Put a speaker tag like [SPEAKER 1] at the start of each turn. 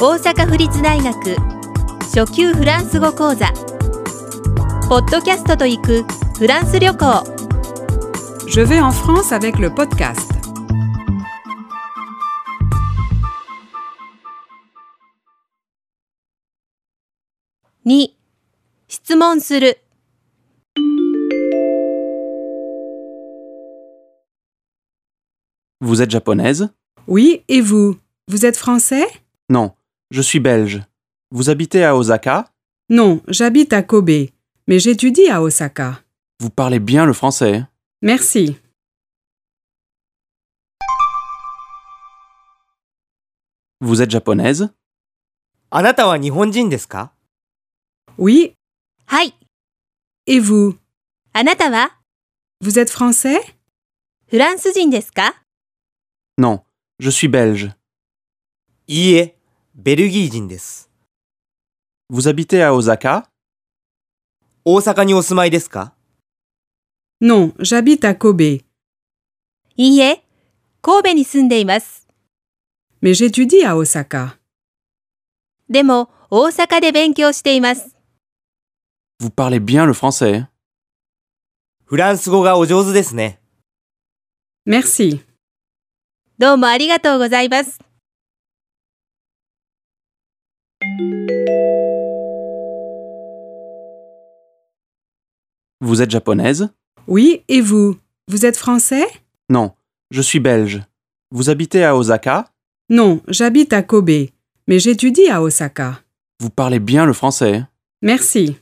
[SPEAKER 1] 大阪府立大学初級フランス語講座ポッドキャストと行くフランス旅行
[SPEAKER 2] Je vais en France avec le podcast.
[SPEAKER 1] !2 質問する
[SPEAKER 3] Vous êtes japonaise
[SPEAKER 2] Oui, et vous Vous êtes français
[SPEAKER 3] Non, je suis belge. Vous habitez à Osaka
[SPEAKER 2] Non, j'habite à Kobe, mais j'étudie à Osaka.
[SPEAKER 3] Vous parlez bien le français.
[SPEAKER 2] Merci.
[SPEAKER 3] Vous êtes japonaise
[SPEAKER 4] あなたは日本人ですか
[SPEAKER 2] Oui,
[SPEAKER 1] はい、
[SPEAKER 2] et vous
[SPEAKER 1] あなたは
[SPEAKER 2] Vous êtes français
[SPEAKER 1] フランス人ですか
[SPEAKER 3] Non, je suis belge.
[SPEAKER 4] いいえ、ベルギー人です。
[SPEAKER 3] Vous habitez à Osaka
[SPEAKER 4] 大阪にお住まいですか
[SPEAKER 2] Non, j'habite à Kobe,
[SPEAKER 1] いいえ、神戸に住んでいます。
[SPEAKER 2] mais j'étudie à Osaka.
[SPEAKER 1] でも、大阪で勉強しています。
[SPEAKER 3] Vous parlez bien le français.
[SPEAKER 4] フランス語がお上手ですね。
[SPEAKER 2] Merci.
[SPEAKER 1] どうもありがとうございます。
[SPEAKER 3] Vous êtes japonaise
[SPEAKER 2] Oui, et vous Vous êtes français
[SPEAKER 3] Non, je suis belge. Vous habitez à Osaka
[SPEAKER 2] Non, j'habite à Kobe, mais j'étudie à Osaka.
[SPEAKER 3] Vous parlez bien le français.
[SPEAKER 2] Merci.